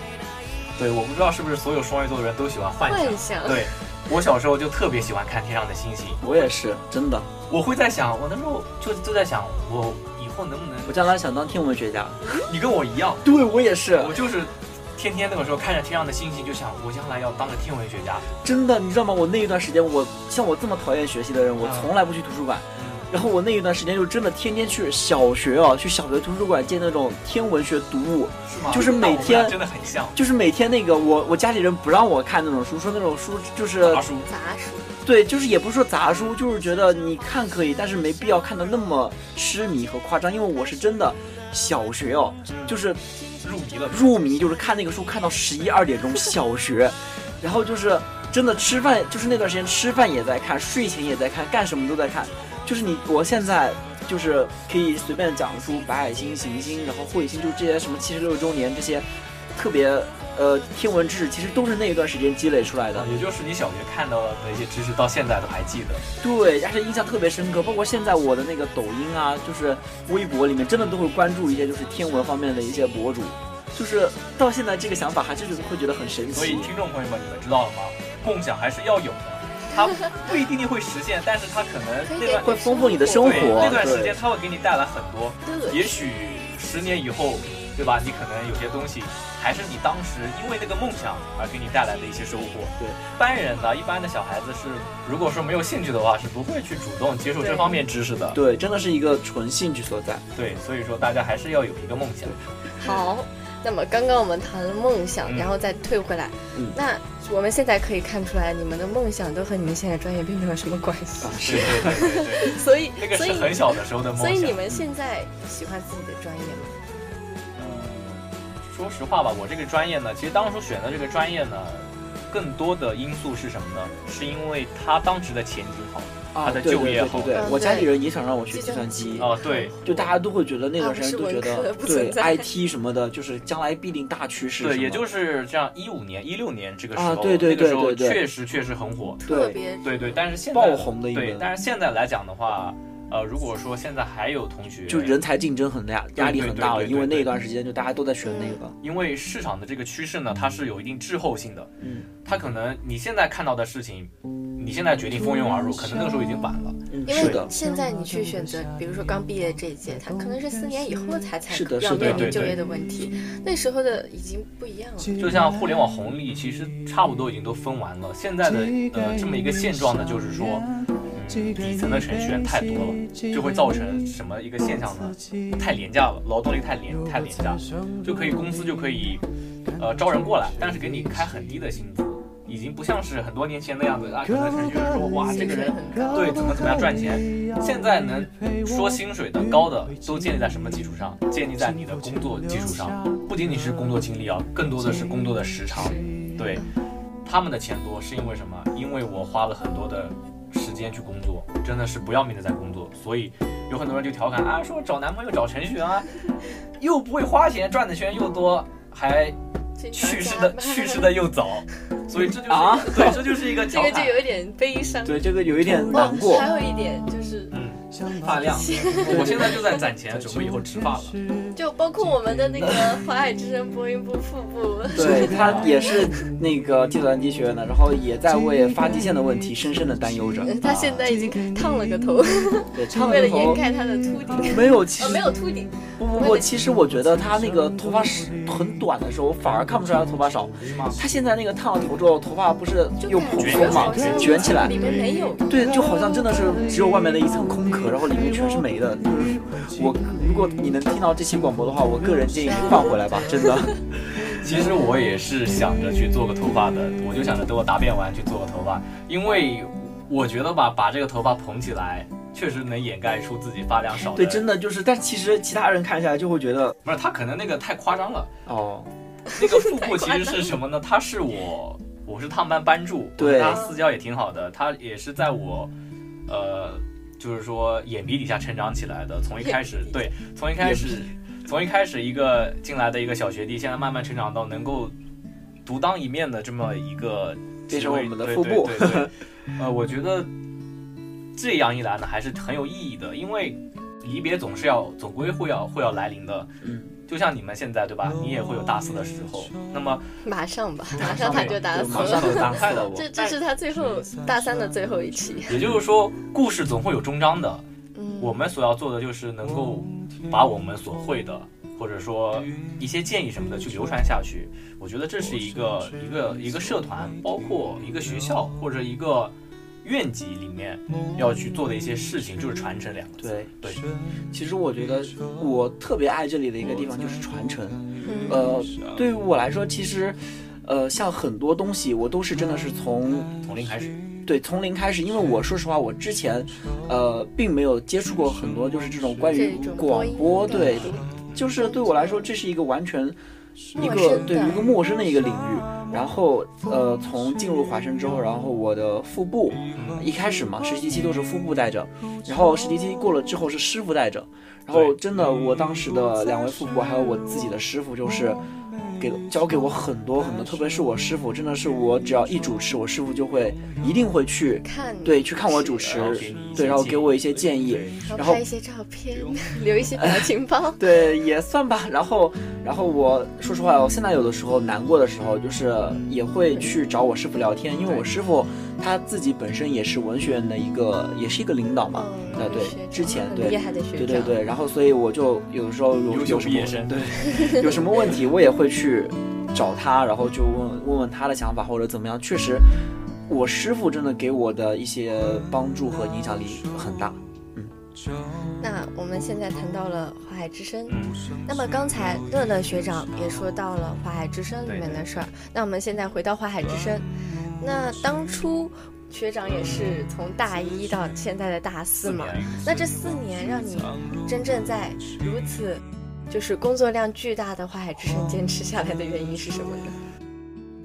Speaker 2: 对，我不知道是不是所有双鱼座的人都喜欢幻想。
Speaker 1: 幻想
Speaker 2: 对，我小时候就特别喜欢看天上的星星，
Speaker 3: 我也是真的，
Speaker 2: 我会在想，我那时候就就在想，我以后能不能
Speaker 3: 我将来想当天文学家。
Speaker 2: 你跟我一样，
Speaker 3: 对我也是
Speaker 2: 我就是天天那个时候看着天上的星星，就想我将来要当个天文学家。
Speaker 3: 真的，你知道吗？我那一段时间，我像我这么讨厌学习的人，我
Speaker 2: 啊
Speaker 3: 从来不去图书馆。
Speaker 2: 嗯
Speaker 3: 然后我那一段时间就真的天天去小学啊，去小学图书馆借那种天文学读物，
Speaker 2: 是吗？
Speaker 3: 就是每
Speaker 2: 那我们俩
Speaker 3: 天
Speaker 2: 真的很像
Speaker 3: 就是每天那个我我家里人不让我看那种书，说那种书就是
Speaker 2: 大叔，
Speaker 1: 杂书，
Speaker 3: 对，就是也不是说杂书，就是觉得你看可以，但是没必要看的那么痴迷和夸张。因为我是真的小学哦，就是
Speaker 2: 入迷了。
Speaker 3: 入迷，就是看那个书看到十一二点钟，小学，然后就是真的吃饭，就是那段时间吃饭也在看，睡前也在看，干什么都在看。就是你，我现在就是可以随便讲出白矮星、行星，然后彗星，就这些什么七十六周年这些特别呃天文知识，其实都是那一段时间积累出来的。
Speaker 2: 也就是你小学看到的那些知识，到现在都还记得。
Speaker 3: 对，而且印象特别深刻。包括现在我的那个抖音啊，就是微博里面，真的都会关注一些就是天文方面的一些博主。就是到现在这个想法，还是就是会觉得很神
Speaker 2: 所以
Speaker 3: 奇。
Speaker 2: 听众朋友们，你们知道了吗？梦想还是要有的，它不一定会实现，但是它可
Speaker 1: 可以
Speaker 2: 能那
Speaker 1: 给
Speaker 2: 段
Speaker 3: 会丰富你的生活
Speaker 2: 对那段时
Speaker 3: 对
Speaker 2: 间，它会给你带来很多。
Speaker 1: 乐
Speaker 2: 也许十年以后，对吧？你可能有些东西还是你当时因为那个梦想而给你带来的一些收获。
Speaker 3: 对，
Speaker 2: 一般人呢，一般的小孩子是，如果说没有兴趣的话，是不会去主动接受这方面知识的。
Speaker 3: 对，真的是一个纯兴趣所在。啊
Speaker 2: 对，所以说大家还是要有一个梦想。
Speaker 5: 好，那么刚刚我们谈了梦想，
Speaker 2: 嗯
Speaker 5: 然后再退回来，
Speaker 3: 嗯
Speaker 5: 那我们现在可以看出来，你们的梦想都和你们现在专业并没有什么关系
Speaker 3: 啊，，是
Speaker 2: 对对对对 对，
Speaker 5: 所以
Speaker 2: 那个
Speaker 5: 所
Speaker 2: 是
Speaker 5: 以
Speaker 2: 很小的时候的梦
Speaker 5: 所
Speaker 2: 想。
Speaker 5: 以你们现在喜欢自己的专业吗？
Speaker 2: 嗯说实话吧，我这个专业呢，其实当初选择这个专业呢，更多的因素是什么呢？是因为它当时的前景好。
Speaker 3: 啊，
Speaker 2: 他的
Speaker 3: 对对
Speaker 2: 就业
Speaker 3: 对
Speaker 2: 后
Speaker 3: 对对
Speaker 5: 嗯，
Speaker 3: 我家里
Speaker 5: 对
Speaker 3: 人也想让我学计算
Speaker 5: 计
Speaker 3: 机
Speaker 5: 算。
Speaker 2: 哦，对
Speaker 3: 就大家都会觉得那
Speaker 5: 啊
Speaker 3: 段
Speaker 5: 不
Speaker 3: 时
Speaker 5: 是
Speaker 3: 间都
Speaker 5: 文
Speaker 3: 觉
Speaker 5: 科
Speaker 3: 得
Speaker 5: 不
Speaker 3: 对
Speaker 5: 存在
Speaker 3: IT 什么的，就是将来必定大趋势什么的。
Speaker 2: 对，也就是这样，一五年、一六年这个时候，
Speaker 3: 啊对
Speaker 2: 那
Speaker 3: 对
Speaker 2: 个时
Speaker 3: 对
Speaker 2: 候
Speaker 3: 对对
Speaker 2: 确实确实很火。
Speaker 1: 特
Speaker 3: 对
Speaker 1: 别
Speaker 2: 对对，但是现在
Speaker 3: 爆红的一
Speaker 2: 对
Speaker 3: 门，，
Speaker 2: 但是现在来讲的话，呃，如果说现在还有同学，
Speaker 3: 就人才竞争很大，压力很大了，
Speaker 2: 对对对对对
Speaker 3: 因为那段时间就大家都在选那个。
Speaker 2: 因为市场的这个趋势呢，它是有一定滞后性的。
Speaker 3: 嗯，
Speaker 2: 它可能你现在看到的事情，你现在决定蜂拥而入，可能那个时候已经晚了。
Speaker 3: 嗯，
Speaker 5: 因
Speaker 3: 是
Speaker 5: 为
Speaker 3: 的，
Speaker 5: 现在你去选择，比如说刚毕业这一届，他可能是四年以后才才
Speaker 3: 是的
Speaker 5: 要
Speaker 3: 是的
Speaker 5: 面
Speaker 2: 对
Speaker 5: 临
Speaker 2: 对
Speaker 5: 就业的问题，那时候的已经不一样了。
Speaker 2: 就像互联网红利，其实差不多已经都分完了。现在的呃这么一个现状呢，就是说，嗯，底层的程序员太多了，就会造成什么一个现象呢？太廉价了，劳动力太廉太廉价，就可以公司就可以呃招人过来，但是给你开很低的薪资，已经不像是很多年前那样子啊，可能程序员说哇这个人对怎么怎么样赚钱。现在能说薪水的高的，都建立在什么基础上？建立在你的工作基础上，不仅仅是工作经历啊，更多的是工作的时长。对，他们的钱多是因为什么？因为我花了很多的时间去工作，真的是不要命的在工作，所以有很多人就调侃啊，说找男朋友找程序员啊，又不会花钱，赚的钱又多，还
Speaker 5: 经常
Speaker 2: 去世
Speaker 5: 加
Speaker 2: 的
Speaker 5: 班
Speaker 2: 去世的又早，所以这就是、
Speaker 3: 啊
Speaker 2: 对，这就是一个
Speaker 5: 这
Speaker 2: 调
Speaker 5: 个就
Speaker 2: 侃，
Speaker 5: 有一点悲伤。
Speaker 3: 对这个有一点 难
Speaker 5: 哦
Speaker 3: 过
Speaker 5: 还。有一点就是，
Speaker 2: 嗯，发 量，我现在就在攒钱，准备以后植发了。
Speaker 5: 就包括我们的那个华海之声播音部副部，
Speaker 3: 对他也是那个计算机学院的，然后也在为发际线的问题深深的担忧着。
Speaker 5: 他现在已经烫了个 头，
Speaker 3: 对，唱
Speaker 5: 嗯为
Speaker 3: 了
Speaker 5: 了
Speaker 3: 个
Speaker 5: 掩
Speaker 3: 头
Speaker 5: 盖他的秃 顶。
Speaker 3: 没有，其
Speaker 5: 呃，
Speaker 3: 实
Speaker 5: 没有秃顶，
Speaker 3: 不不不，其实我觉得他那个头发是很短的时候，反而看不出来他头发少。他现在那个烫了头之后，头发不是
Speaker 5: 就
Speaker 3: 又
Speaker 5: 感
Speaker 3: 蓬
Speaker 5: 觉
Speaker 3: 松嘛
Speaker 5: 好，像
Speaker 3: 卷起来
Speaker 5: 里。面没有。
Speaker 3: 对，就好像真的是只有外面的一层空壳，然后里面全是没的。就是我，如果你能听到这期广播的话，我个人建议换回来吧，真的。
Speaker 2: 其实我也是想着去做个头发的，我就想着等我答辩完去做个头发，因为我觉得吧，把这个头发蓬起来，确实能掩盖出自己发量少的。
Speaker 3: 对，真的就是，但其实其他人看下来就会觉得，
Speaker 2: 不是他可能那个太夸 张了。
Speaker 3: 哦，
Speaker 2: 那个副部其实是什么呢？他是我，我是他们班班助，
Speaker 3: 对
Speaker 2: 他私交也挺好的，他也是在我，呃，就是说眼皮底下成长起来的。从一开始，对，从一开始，从一开始一个进来的一个小学弟，现在慢慢成长到能够独当一面的这么一个
Speaker 3: 变
Speaker 2: 职
Speaker 3: 成
Speaker 2: 位
Speaker 3: 我们的
Speaker 2: 对
Speaker 3: 副
Speaker 2: 对
Speaker 3: 部
Speaker 2: 对对 呃，我觉得这样一来呢，还是很有意义的，因为离别总是要，总归会要会要来临的。
Speaker 3: 嗯，
Speaker 2: 就像你们现在对吧？你也会有大四的时候，那么
Speaker 5: 马上吧，马上他就打
Speaker 3: 对
Speaker 5: 死
Speaker 3: 马上
Speaker 5: 了。
Speaker 3: 就打开 了我。
Speaker 5: 这这是他最后大三的最后一期。
Speaker 2: 也就是说，故事总会有终章的。
Speaker 5: 嗯，
Speaker 2: 我们所要做的就是能够把我们所会的，或者说一些建议什么的去流传下去。我觉得这是一个一个一个社团，包括一个学校或者一个院级里面要去做的一些事情，就是传承两个字。
Speaker 3: 对
Speaker 2: 对，
Speaker 3: 其实我觉得我特别爱这里的一个地方就是传承。
Speaker 1: 嗯
Speaker 3: 呃，对于我来说，其实，呃，像很多东西我都是真的是从
Speaker 2: 从零开始。
Speaker 3: 对从零开始，因为我说实话，我之前，呃，并没有接触过很多就是这种关于
Speaker 5: 这种播
Speaker 3: 广
Speaker 5: 音
Speaker 3: 播，
Speaker 5: 的
Speaker 3: 对，就是对我来说，这是一个完全一
Speaker 5: 陌
Speaker 3: 个
Speaker 5: 生
Speaker 3: 对
Speaker 5: 的
Speaker 3: 一个陌生的一个领域。
Speaker 2: 嗯
Speaker 3: 然后，呃，从进入华生之后，然后我的副部，一开始嘛，实习期都是副部带着，然后实习期过了之后是师傅带着，然后
Speaker 2: 对
Speaker 3: 真的我当时的两位副部还有我自己的师傅就是。给教给我很多很多，特别是我师傅，真的是我只要一主持，我师傅就会一定会去
Speaker 5: 看你
Speaker 3: 对去看我主持
Speaker 2: 然后给你一些，
Speaker 3: 对，然后给我一些建议，
Speaker 5: 然
Speaker 3: 然
Speaker 5: 后
Speaker 3: 后。
Speaker 5: 拍一些照片， 留一些表情包
Speaker 3: 对，也算吧。然后，然后我说实话，我现在有的时候难过的时候，就是也会去找我师傅聊天，因为我师傅他自己本身也是文学院的一个，也是一个领导嘛。
Speaker 1: 嗯
Speaker 3: 那对
Speaker 1: 学长，
Speaker 3: 之前
Speaker 1: 很
Speaker 3: 对
Speaker 1: 厉害的学
Speaker 3: 对对
Speaker 1: 长
Speaker 3: 对，然后所以我就有的时候有
Speaker 2: 优秀
Speaker 3: 有什
Speaker 2: 毕
Speaker 3: 么
Speaker 2: 业生
Speaker 3: 对 有什么问题，我也会去找他，然后就问问问他的想法或者怎么样。确实，我师傅真的给我的一些帮助和影响力很大。
Speaker 1: 那我们现在谈到了《华海之声》，
Speaker 2: 嗯，
Speaker 1: 那么刚才乐乐学长也说到了《华海之声》里面的事儿，那我们现在回到《华海之声》，那当初学长也是从大一到现在的大四嘛，那这四年让你真正在如此就是工作量巨大的《华海之声》坚持下来的原因是什么呢？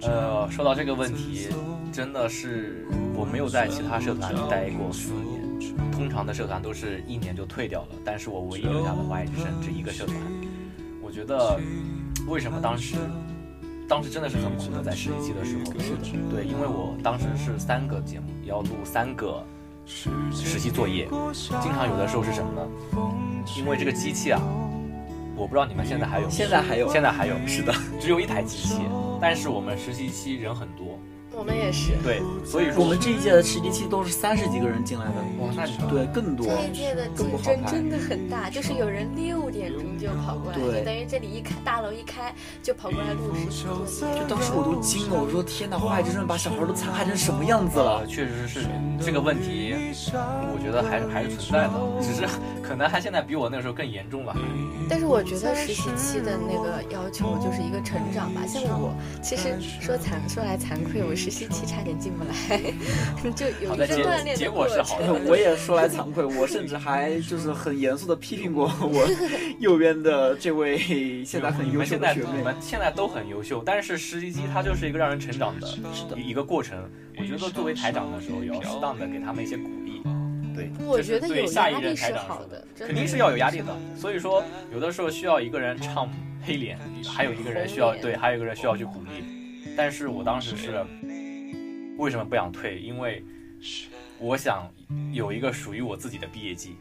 Speaker 2: 呃，说到这个问题，真的是我没有在其他社团待过四年，通常的社团都是一年就退掉了，但是我唯一留下的华海之声这一个社团，我觉得为什么当时，当时真的是很苦的，在实习期的时候，对，因为我当时是三个节目要录三个实习作业，经常有的时候是什么呢？因为这个机器啊，我不知道你们现在还有没有
Speaker 3: 现在还有
Speaker 2: 现在还有，
Speaker 3: 是的，
Speaker 2: 只有一台机器，但是我们实习期人很多，
Speaker 1: 我们也是，
Speaker 2: 对，所以说
Speaker 3: 我们这一届的实习期都是三十几个人进来的，
Speaker 2: 哇，那你
Speaker 3: 对，更多。
Speaker 1: 这一届的
Speaker 3: 更
Speaker 1: 竞
Speaker 3: 不好
Speaker 1: 争
Speaker 3: 排
Speaker 1: 真的很大，就是有人六点钟就跑过来，
Speaker 3: 对
Speaker 1: 就等于这里一开大楼一开就跑过来录实习作业。
Speaker 3: 就当时我都惊了，我说天哪，华海之声把小孩都残害成什么样子了
Speaker 2: 呃，？确实是这个问题，我觉得还是还是存在的，只是可能他现在比我那个时候更严重吧。
Speaker 1: 但是我觉得实习期的那个要求就是一个成长吧。像我，其实说惭说来惭愧，我实习期差点进不来， 就有
Speaker 2: 好
Speaker 1: 一
Speaker 2: 的
Speaker 1: 个
Speaker 2: 结
Speaker 1: 锻炼
Speaker 2: 结
Speaker 1: 的
Speaker 2: 果
Speaker 1: 过
Speaker 2: 是好的
Speaker 1: 程。
Speaker 3: 我也说来惭愧，我甚至还就是很严肃的批评过我右边的这位现在很
Speaker 2: 你
Speaker 3: 优
Speaker 2: 们
Speaker 3: 秀
Speaker 2: 现
Speaker 3: 的
Speaker 2: 在
Speaker 3: 学
Speaker 2: 你
Speaker 3: 妹。
Speaker 2: 们现在都很优秀，但是实习期它就是一个让人成长的
Speaker 3: 是的，
Speaker 2: 一个过程。我觉得作为台长的时候，也要适当的给他们一些鼓励。对，
Speaker 1: 我
Speaker 2: 这是
Speaker 1: 觉得
Speaker 2: 对
Speaker 1: 有
Speaker 2: 下
Speaker 1: 压
Speaker 2: 一
Speaker 1: 力
Speaker 2: 任
Speaker 1: 是
Speaker 2: 台长
Speaker 1: 好
Speaker 2: 说的，
Speaker 1: 的，真
Speaker 2: 肯定是要有压力的。所以说，有的时候需要一个人唱黑脸，还有一个人需要
Speaker 1: 红脸
Speaker 2: 对，还有一个人需要去鼓励。但是我当时是为什么不想退？因为我想有一个属于我自己的毕业季。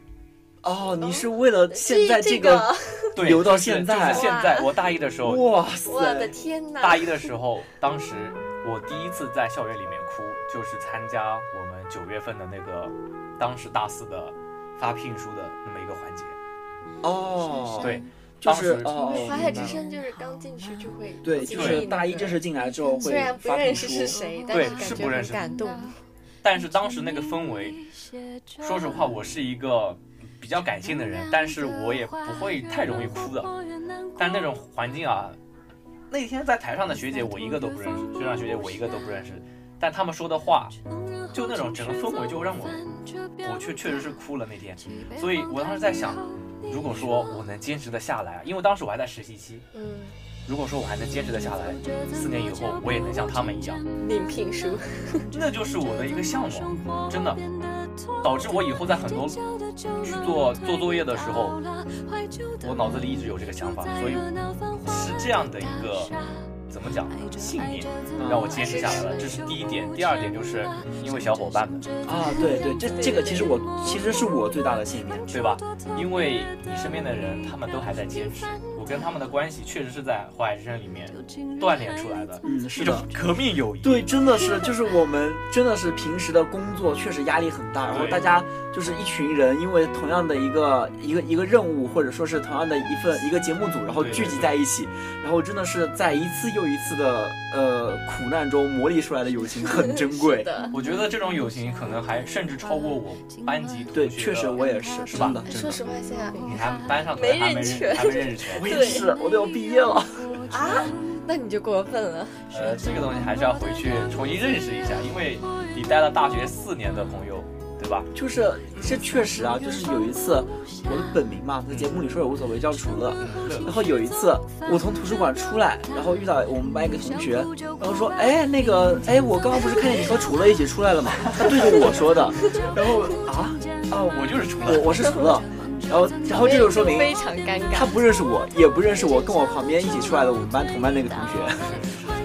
Speaker 3: 哦，你是为了现在
Speaker 1: 这
Speaker 3: 这个，
Speaker 2: 对，
Speaker 3: 留到
Speaker 2: 就是
Speaker 3: 现在
Speaker 2: 就是现在。我大一的时候，
Speaker 3: 哇
Speaker 1: 我的
Speaker 3: 塞，
Speaker 1: 天哪！
Speaker 2: 大一的时候，当时我第一次在校园里面哭，就是参加我们九月份的那个当时大四的发聘书的那么一个环节。
Speaker 3: 哦，
Speaker 2: 对，
Speaker 3: 就
Speaker 2: 当
Speaker 3: 是
Speaker 2: 时
Speaker 3: 哦，
Speaker 1: 华海之
Speaker 3: 明白了
Speaker 1: 声就是刚进去就会
Speaker 3: 对，
Speaker 1: 经
Speaker 3: 就
Speaker 1: 历
Speaker 3: 是
Speaker 1: 那
Speaker 3: 大一
Speaker 1: 个
Speaker 3: 正式进来之后会
Speaker 1: 虽然不
Speaker 3: 发
Speaker 1: 认
Speaker 3: 评
Speaker 1: 识
Speaker 3: 书
Speaker 1: 是，谁，但
Speaker 2: 对
Speaker 1: 是
Speaker 2: 是
Speaker 1: 感
Speaker 2: 不
Speaker 1: 觉
Speaker 2: 认
Speaker 1: 很
Speaker 2: 识
Speaker 1: 感动。
Speaker 2: 但是当时那个氛围，说实话，我是一个比较感性的人，但是我也不会太容易哭的。但那种环境啊，那天在台上的学姐我一个都不认识，学长学姐我一个都不认识，但他们说的话，就那种整个氛围就让我，我却确实是哭了那天。所以我当时在想，如果说我能坚持的下来，因为当时我还在实习期，
Speaker 1: 嗯，
Speaker 2: 如果说我还能坚持的下来，四年以后我也能像他们一样，
Speaker 1: 领聘书，
Speaker 2: 那就是我的一个向往，真的，导致我以后在很多去做做作业的时候，我脑子里一直有这个想法，所以是这样的一个怎么讲信念让我坚持下来了，这是第一点。第二点就是因为小伙伴们，
Speaker 3: 啊，对对，这这个其实我其实是我最大的信念。
Speaker 2: 对吧？因为你身边的人他们都还在坚持，我跟他们的关系确实是在华海之声里面锻炼出来的
Speaker 3: 嗯，
Speaker 2: 一
Speaker 3: 是
Speaker 2: 种
Speaker 3: 的，
Speaker 2: 革命友谊。
Speaker 3: 对，真的是，就是我们真的是平时的工作确实压力很大，然后
Speaker 2: 对
Speaker 3: 大家就是一群人，因为同样的一个一个一个任务，或者说是同样的一份一个节目组，然后
Speaker 2: 对
Speaker 3: 聚集在一起，然后真的是在一次又一次的呃苦难中磨砺出来的友情很 珍
Speaker 1: 是
Speaker 3: 贵。
Speaker 1: 的。
Speaker 2: 我觉得这种友情可能还甚至超过我班级同学
Speaker 3: 对，
Speaker 2: 的
Speaker 3: 确实我也
Speaker 1: 嗯
Speaker 3: 是，
Speaker 2: 是吧
Speaker 3: 真的，真
Speaker 1: 说
Speaker 3: 的，
Speaker 1: 实话，现在
Speaker 2: 你还班上可能
Speaker 1: 没认
Speaker 2: 还没认
Speaker 1: 全
Speaker 2: 还没认识全
Speaker 3: 我，也是，我都要毕业了。
Speaker 1: 啊，那你就过分了。
Speaker 2: 呃，这个东西还是要回去重新认识一下，因为你待了大学四年的朋友，对吧？
Speaker 3: 就是这确实啊， 就是有一次我的本名嘛，在节目里说也无所谓，叫楚乐。然后有一次我从图书馆出来，然后遇到我们班一个同学，然后说，哎，那个，哎，我刚刚不是看见你和楚乐一起出来了 吗？他对着我说的。然后啊 啊，
Speaker 2: 我就是除
Speaker 3: 我
Speaker 2: 了
Speaker 3: 我是楚乐。然后然后这就说明
Speaker 1: 非常尴
Speaker 3: 他
Speaker 1: 尬。
Speaker 3: 不认识我，也不认识我跟我旁边一起出来的我们班同班那个同学。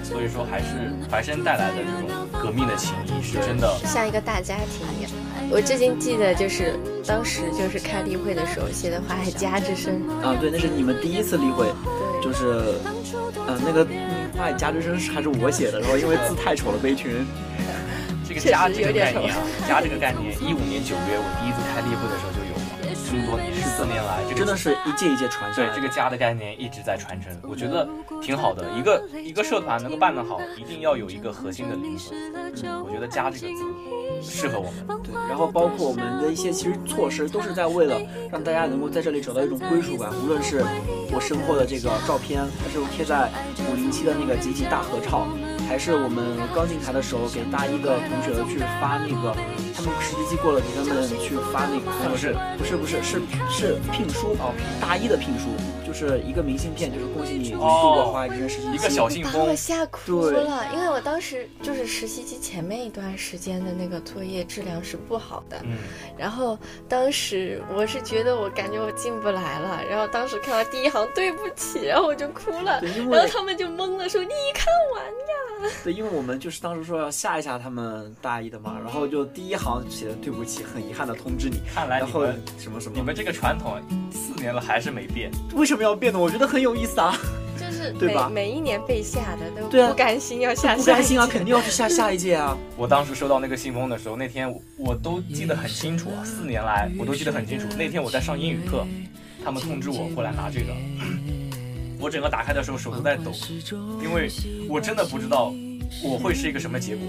Speaker 2: 所以说还是怀生带来的这种革命的情谊是真的。
Speaker 1: 像一个大家庭一样，我至今记得就是当时就是开例会的时候写的《华海家之声》，
Speaker 3: 啊，对，那是你们第一次例会，就是，呃呃，那个《嗯，花海家之声》是还是我写的，然后因为字太丑了，被一群人
Speaker 2: 这个家这个概念啊，家这个概念，一五年九月我第一次开猎户的时候就有了，这么多年十四年来，这个
Speaker 3: 真的是一届一届传下
Speaker 2: 对
Speaker 3: 来。
Speaker 2: 这个家的概念一直在传承，我觉得挺好的。一个一个社团能够办得好，一定要有一个核心的灵魂。
Speaker 3: 嗯
Speaker 2: 我觉得“家”这个字适合我们。
Speaker 3: 对，然后包括我们的一些其实措施，都是在为了让大家能够在这里找到一种归属感。无论是我身后的这个照片，还是我贴在五零七的那个集体大合照，还是我们刚进台的时候给大一的同学去发那个，他们实习期过了给他们去发那个，
Speaker 2: 不是
Speaker 3: 不是不是是是聘书哦，大一的聘书，就是一个明信片，就是恭喜你度过华海之声实习期。
Speaker 2: 哦一个小信
Speaker 1: 把
Speaker 2: 封
Speaker 1: 我，吓哭
Speaker 3: 对
Speaker 1: 了，因为我当时就是实习期前面一段时间的那个作业质量是不好的，
Speaker 2: 嗯，
Speaker 1: 然后当时我是觉得我感觉我进不来了，然后当时看到第一行对不起，然后我就哭了，
Speaker 3: 对，因
Speaker 1: 然后
Speaker 3: 为
Speaker 1: 他们就懵了，说你看完了，
Speaker 3: 对，因为我们就是当时说要吓一吓他们大一的嘛，然后就第一行写的对不起，很遗憾的通知你，
Speaker 2: 看来
Speaker 3: 然
Speaker 2: 你
Speaker 3: 后
Speaker 2: 们
Speaker 3: 什么什么，
Speaker 2: 你们这个传统四年了还是没变。
Speaker 3: 为什么要变呢？我觉得很有意思啊，
Speaker 1: 就是
Speaker 3: 对
Speaker 1: 每
Speaker 3: 吧
Speaker 1: 每一年被吓的都
Speaker 3: 对啊
Speaker 1: 不甘心要下
Speaker 3: 不
Speaker 1: 下
Speaker 3: 甘
Speaker 1: 一
Speaker 3: 心啊，
Speaker 1: 届
Speaker 3: 肯定要去下下一届啊。
Speaker 2: 我当时收到那个信封的时候，那天我我都记得很清
Speaker 3: 嗯
Speaker 2: 楚啊，四年来我都记得很清楚。那天我在上英语课，他们通知我过来拿 这个，我整个打开的时候手都在抖，因为我真的不知道我会是一个什么结果，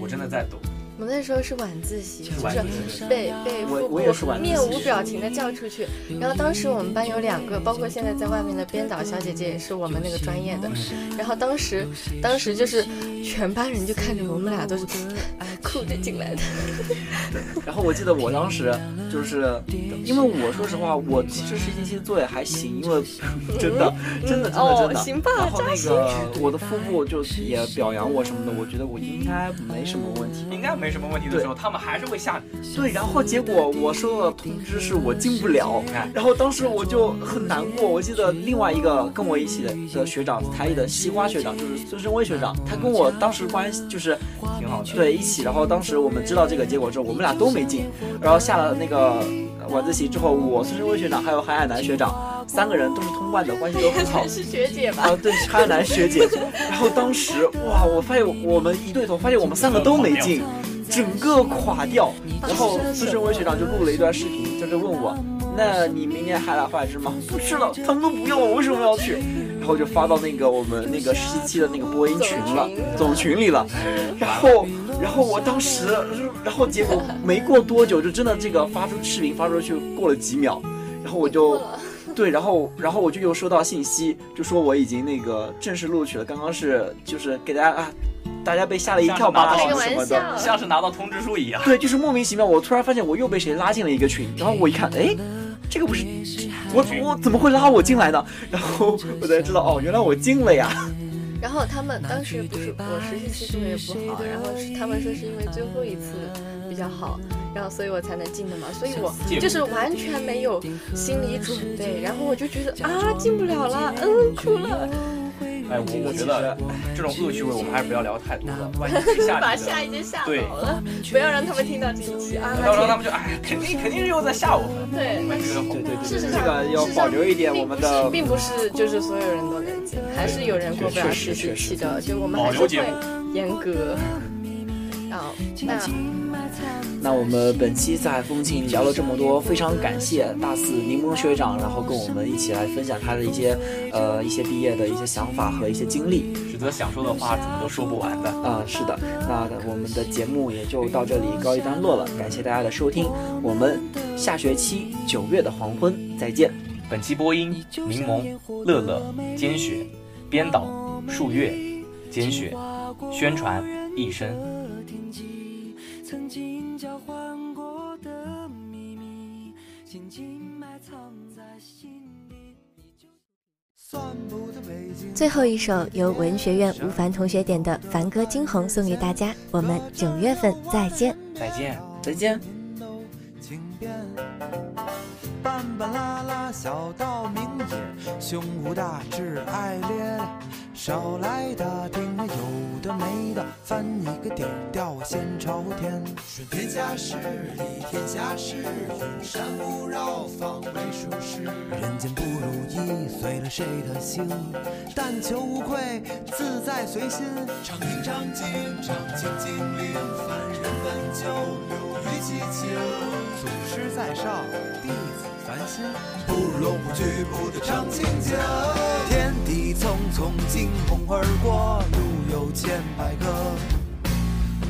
Speaker 2: 我真的在抖。
Speaker 1: 我们那时候是晚自习，
Speaker 2: 是
Speaker 1: 就
Speaker 2: 晚
Speaker 1: 是
Speaker 2: 自习
Speaker 1: 被被
Speaker 3: 我
Speaker 1: 父
Speaker 3: 我也是晚
Speaker 1: 母
Speaker 3: 自习
Speaker 1: 面无表情的叫出去。然后当时我们班有两个，包括现在在外面的编导小姐姐也是我们那个专
Speaker 3: 嗯
Speaker 1: 业的。然后当时当时就是全班人就看着我们俩都是哭着进来的。
Speaker 3: 然后我记得我当时就是，因为我说实话，我其实实习期作业还行，因为 真的真的真的真
Speaker 1: 哦
Speaker 3: 的。
Speaker 1: 行吧
Speaker 3: 然后那个我的副部就也表扬我什么的，我觉得我应该没什么问题。
Speaker 2: 应该没什么问题的时候，他们还是会吓
Speaker 1: 嗯
Speaker 2: 你。
Speaker 3: 对，然后结果我收到通知是我进不了，然后当时我就很难过。我记得另外一个跟我一起的的学长，台里的西瓜学长，就是孙生威学长，他跟我当时关系就是
Speaker 2: 挺好的
Speaker 3: 对一起。然后当时我们知道这个结果之后，我们俩都没进。然后下了那个呃晚自习之后，我孙生威学长还有韩海南学长三个人都是通贯的，关系都很好
Speaker 1: 才。是学姐吧？
Speaker 3: 啊，对，韩海南学姐。 然后当时哇，我发现我们一对头，发现我们三个都没进。整个垮掉。然后资深文学长就录了一段视频，就是问我，那你明年还来画师吗？不吃了，他们都不要我，为什么要去？然后就发到那个我们那个实习期的那个播音群了，总群里了。然后，然后我当时，然后结果没过多久，就真的这个发出视频发出去过了几秒，然后我就。对，然后然后我就又收到信息，就说我已经那个正式录取了。刚刚是就是给大家啊，大家被吓了一跳吧，
Speaker 2: 吓
Speaker 3: 什
Speaker 2: 了
Speaker 1: 个
Speaker 3: 么
Speaker 1: 玩
Speaker 3: 什么
Speaker 1: 笑
Speaker 3: 的。
Speaker 2: 像是拿到通知书一样。
Speaker 3: 对，就是莫名其妙，我突然发现我又被谁拉进了一个群，然后我一看，哎，这个不是我我怎么会拉我进来呢？然后我才知道，哦，原来我进了呀。
Speaker 1: 然后他们当时不是我实习期作业不好，然后是他们说是因为最后一次比较好，然后所以我才能进的嘛，所以我
Speaker 2: 进
Speaker 1: 就是完全没有心理准备，然后我就觉得啊进不了了，嗯哭了，
Speaker 3: 嗯
Speaker 2: 哎，我我觉得这种恶趣味我们还是不要聊太多
Speaker 3: 嗯
Speaker 2: 了，万一去吓
Speaker 1: 把
Speaker 2: 你的
Speaker 1: 下。一届吓
Speaker 2: 对
Speaker 1: 倒了，不要让他们听到这一期啊，
Speaker 2: 到时候他们就哎，肯定肯定是又在吓我们。
Speaker 1: 对。
Speaker 2: 哎，这个好
Speaker 3: 对对对
Speaker 1: 事
Speaker 3: 对，
Speaker 1: 实
Speaker 3: 这
Speaker 1: 上
Speaker 3: 个要
Speaker 1: 事实上
Speaker 3: 保留一点我们的
Speaker 1: 并不是就是所有人都能进，还是有人过不了
Speaker 3: 确
Speaker 1: 实
Speaker 3: 实
Speaker 1: 习
Speaker 3: 确实
Speaker 1: 期的，就我们
Speaker 2: 保
Speaker 1: 还是
Speaker 2: 留
Speaker 1: 会
Speaker 2: 节目
Speaker 1: 严格。然后那
Speaker 3: 那我们本期在风情聊了这么多，非常感谢大四柠檬学长，然后跟我们一起来分享他的一些呃一些毕业的一些想法和一些经历。
Speaker 2: 指责想说的话怎么都说不完的。
Speaker 3: 啊、是的，那我们的节目也就到这里告一段落了，感谢大家的收听，我们下学期九月的黄昏再见。
Speaker 2: 本期播音：柠檬、乐乐、兼雪、编导、数月、兼雪、宣传、一生。
Speaker 6: 听起曾经交换过的秘密，紧紧埋藏在心里。你就算不得北京。
Speaker 4: 最后一首由文学院吴凡同学点的《凡歌惊鸿》送给大家，我们九月份再见。
Speaker 2: 再见。
Speaker 3: 再见。
Speaker 6: 情变，半半拉拉小到明也，胸无大志爱咧咧，少来打听那有的没的，翻一个底儿，调我先朝天。
Speaker 7: 顺天下事，理天下事，云山不绕防卫术士。
Speaker 6: 人间不如意，随了谁的心？但求无愧，自在随心。
Speaker 7: 常听常静，常清静灵，凡人本就流于其清。
Speaker 6: 祖师在上，弟子烦心。
Speaker 7: 不容不惧，不得常清静。
Speaker 6: 天地匆匆，惊鸿而过，路有千百个。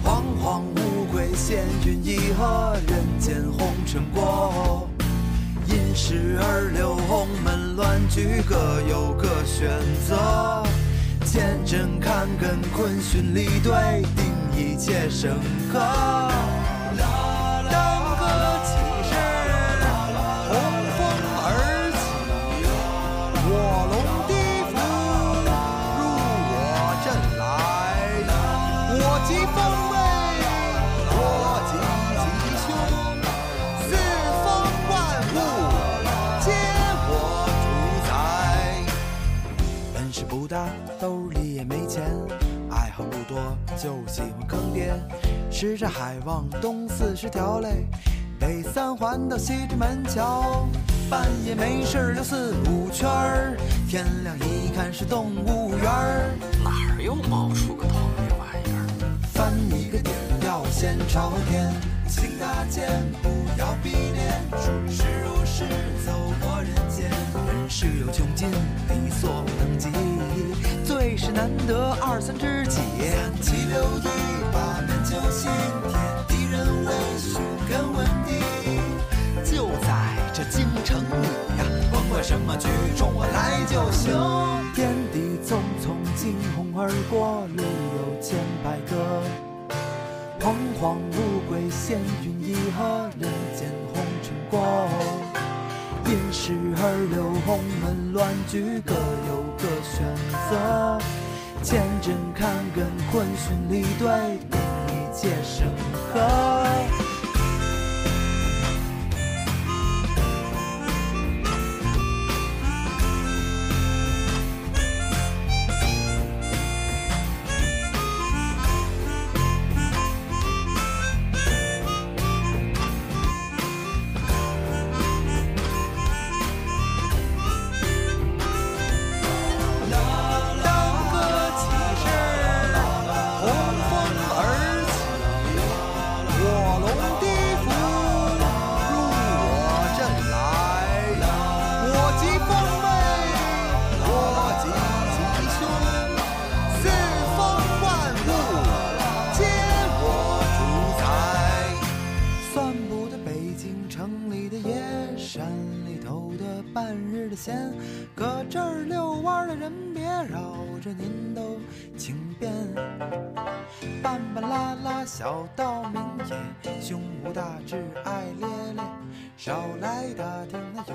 Speaker 6: 惶惶无归，闲云一鹤，人间红尘过。因时而流，鸿门乱局，各有各选择。见真看根，坤循离对，定一切深刻。当歌起时，洪风而起，我龙低伏，入我阵来。我即风威，我即吉凶，四方万物皆我主宰。本事不大，兜里也没钱，爱好不多，就喜欢坑爹。吃着海望东四十条嘞，北三环到西直门桥，半夜没事儿溜四五圈儿，天亮一看是动物园儿。
Speaker 8: 哪儿又冒出个头那玩意儿？
Speaker 6: 翻一个底儿，要先朝天。
Speaker 7: 行大健，不要逼恋，处事如是，走过人间。
Speaker 6: 人世有穷尽，力所不能及，最是难得二三知己。
Speaker 7: 三七六一，八面九星，天地人为寻根问底。
Speaker 6: 就在这京城里呀、
Speaker 7: 甭管什么局，冲我来就行。
Speaker 6: 天地匆匆，惊鸿而过，路有千百个。惶惶无归，闲云一鹤，人间红尘过。因时而流，鸿门乱局，各有各选择。见真看根，坤循离对，定一切生和。当歌起时，洪风而起，我龙低伏，入我阵来。我即风威，我即吉凶，四方万物皆我主宰。算不得北京城里的夜，山里头的半日的闲，搁这儿遛弯儿的人别绕着您都请便。半半拉拉小道民也，胸无大志爱咧咧，少来打听那有